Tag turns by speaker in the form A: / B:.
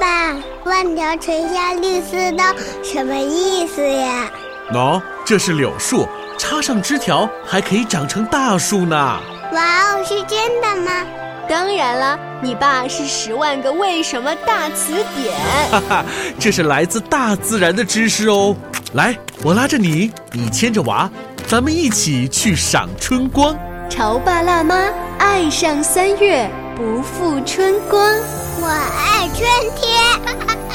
A: 爸，万条垂下绿丝刀，什么意思呀？
B: 喏、这是柳树，插上枝条还可以长成大树呢。
A: 哇哦，是真的吗？
C: 当然了，你爸是《十万个为什么》大词典。
B: 哈哈，这是来自大自然的知识哦。来，我拉着你，你牵着娃，咱们一起去赏春光。
C: 潮爸辣妈爱上三月，不负春光。
A: 我爱春天。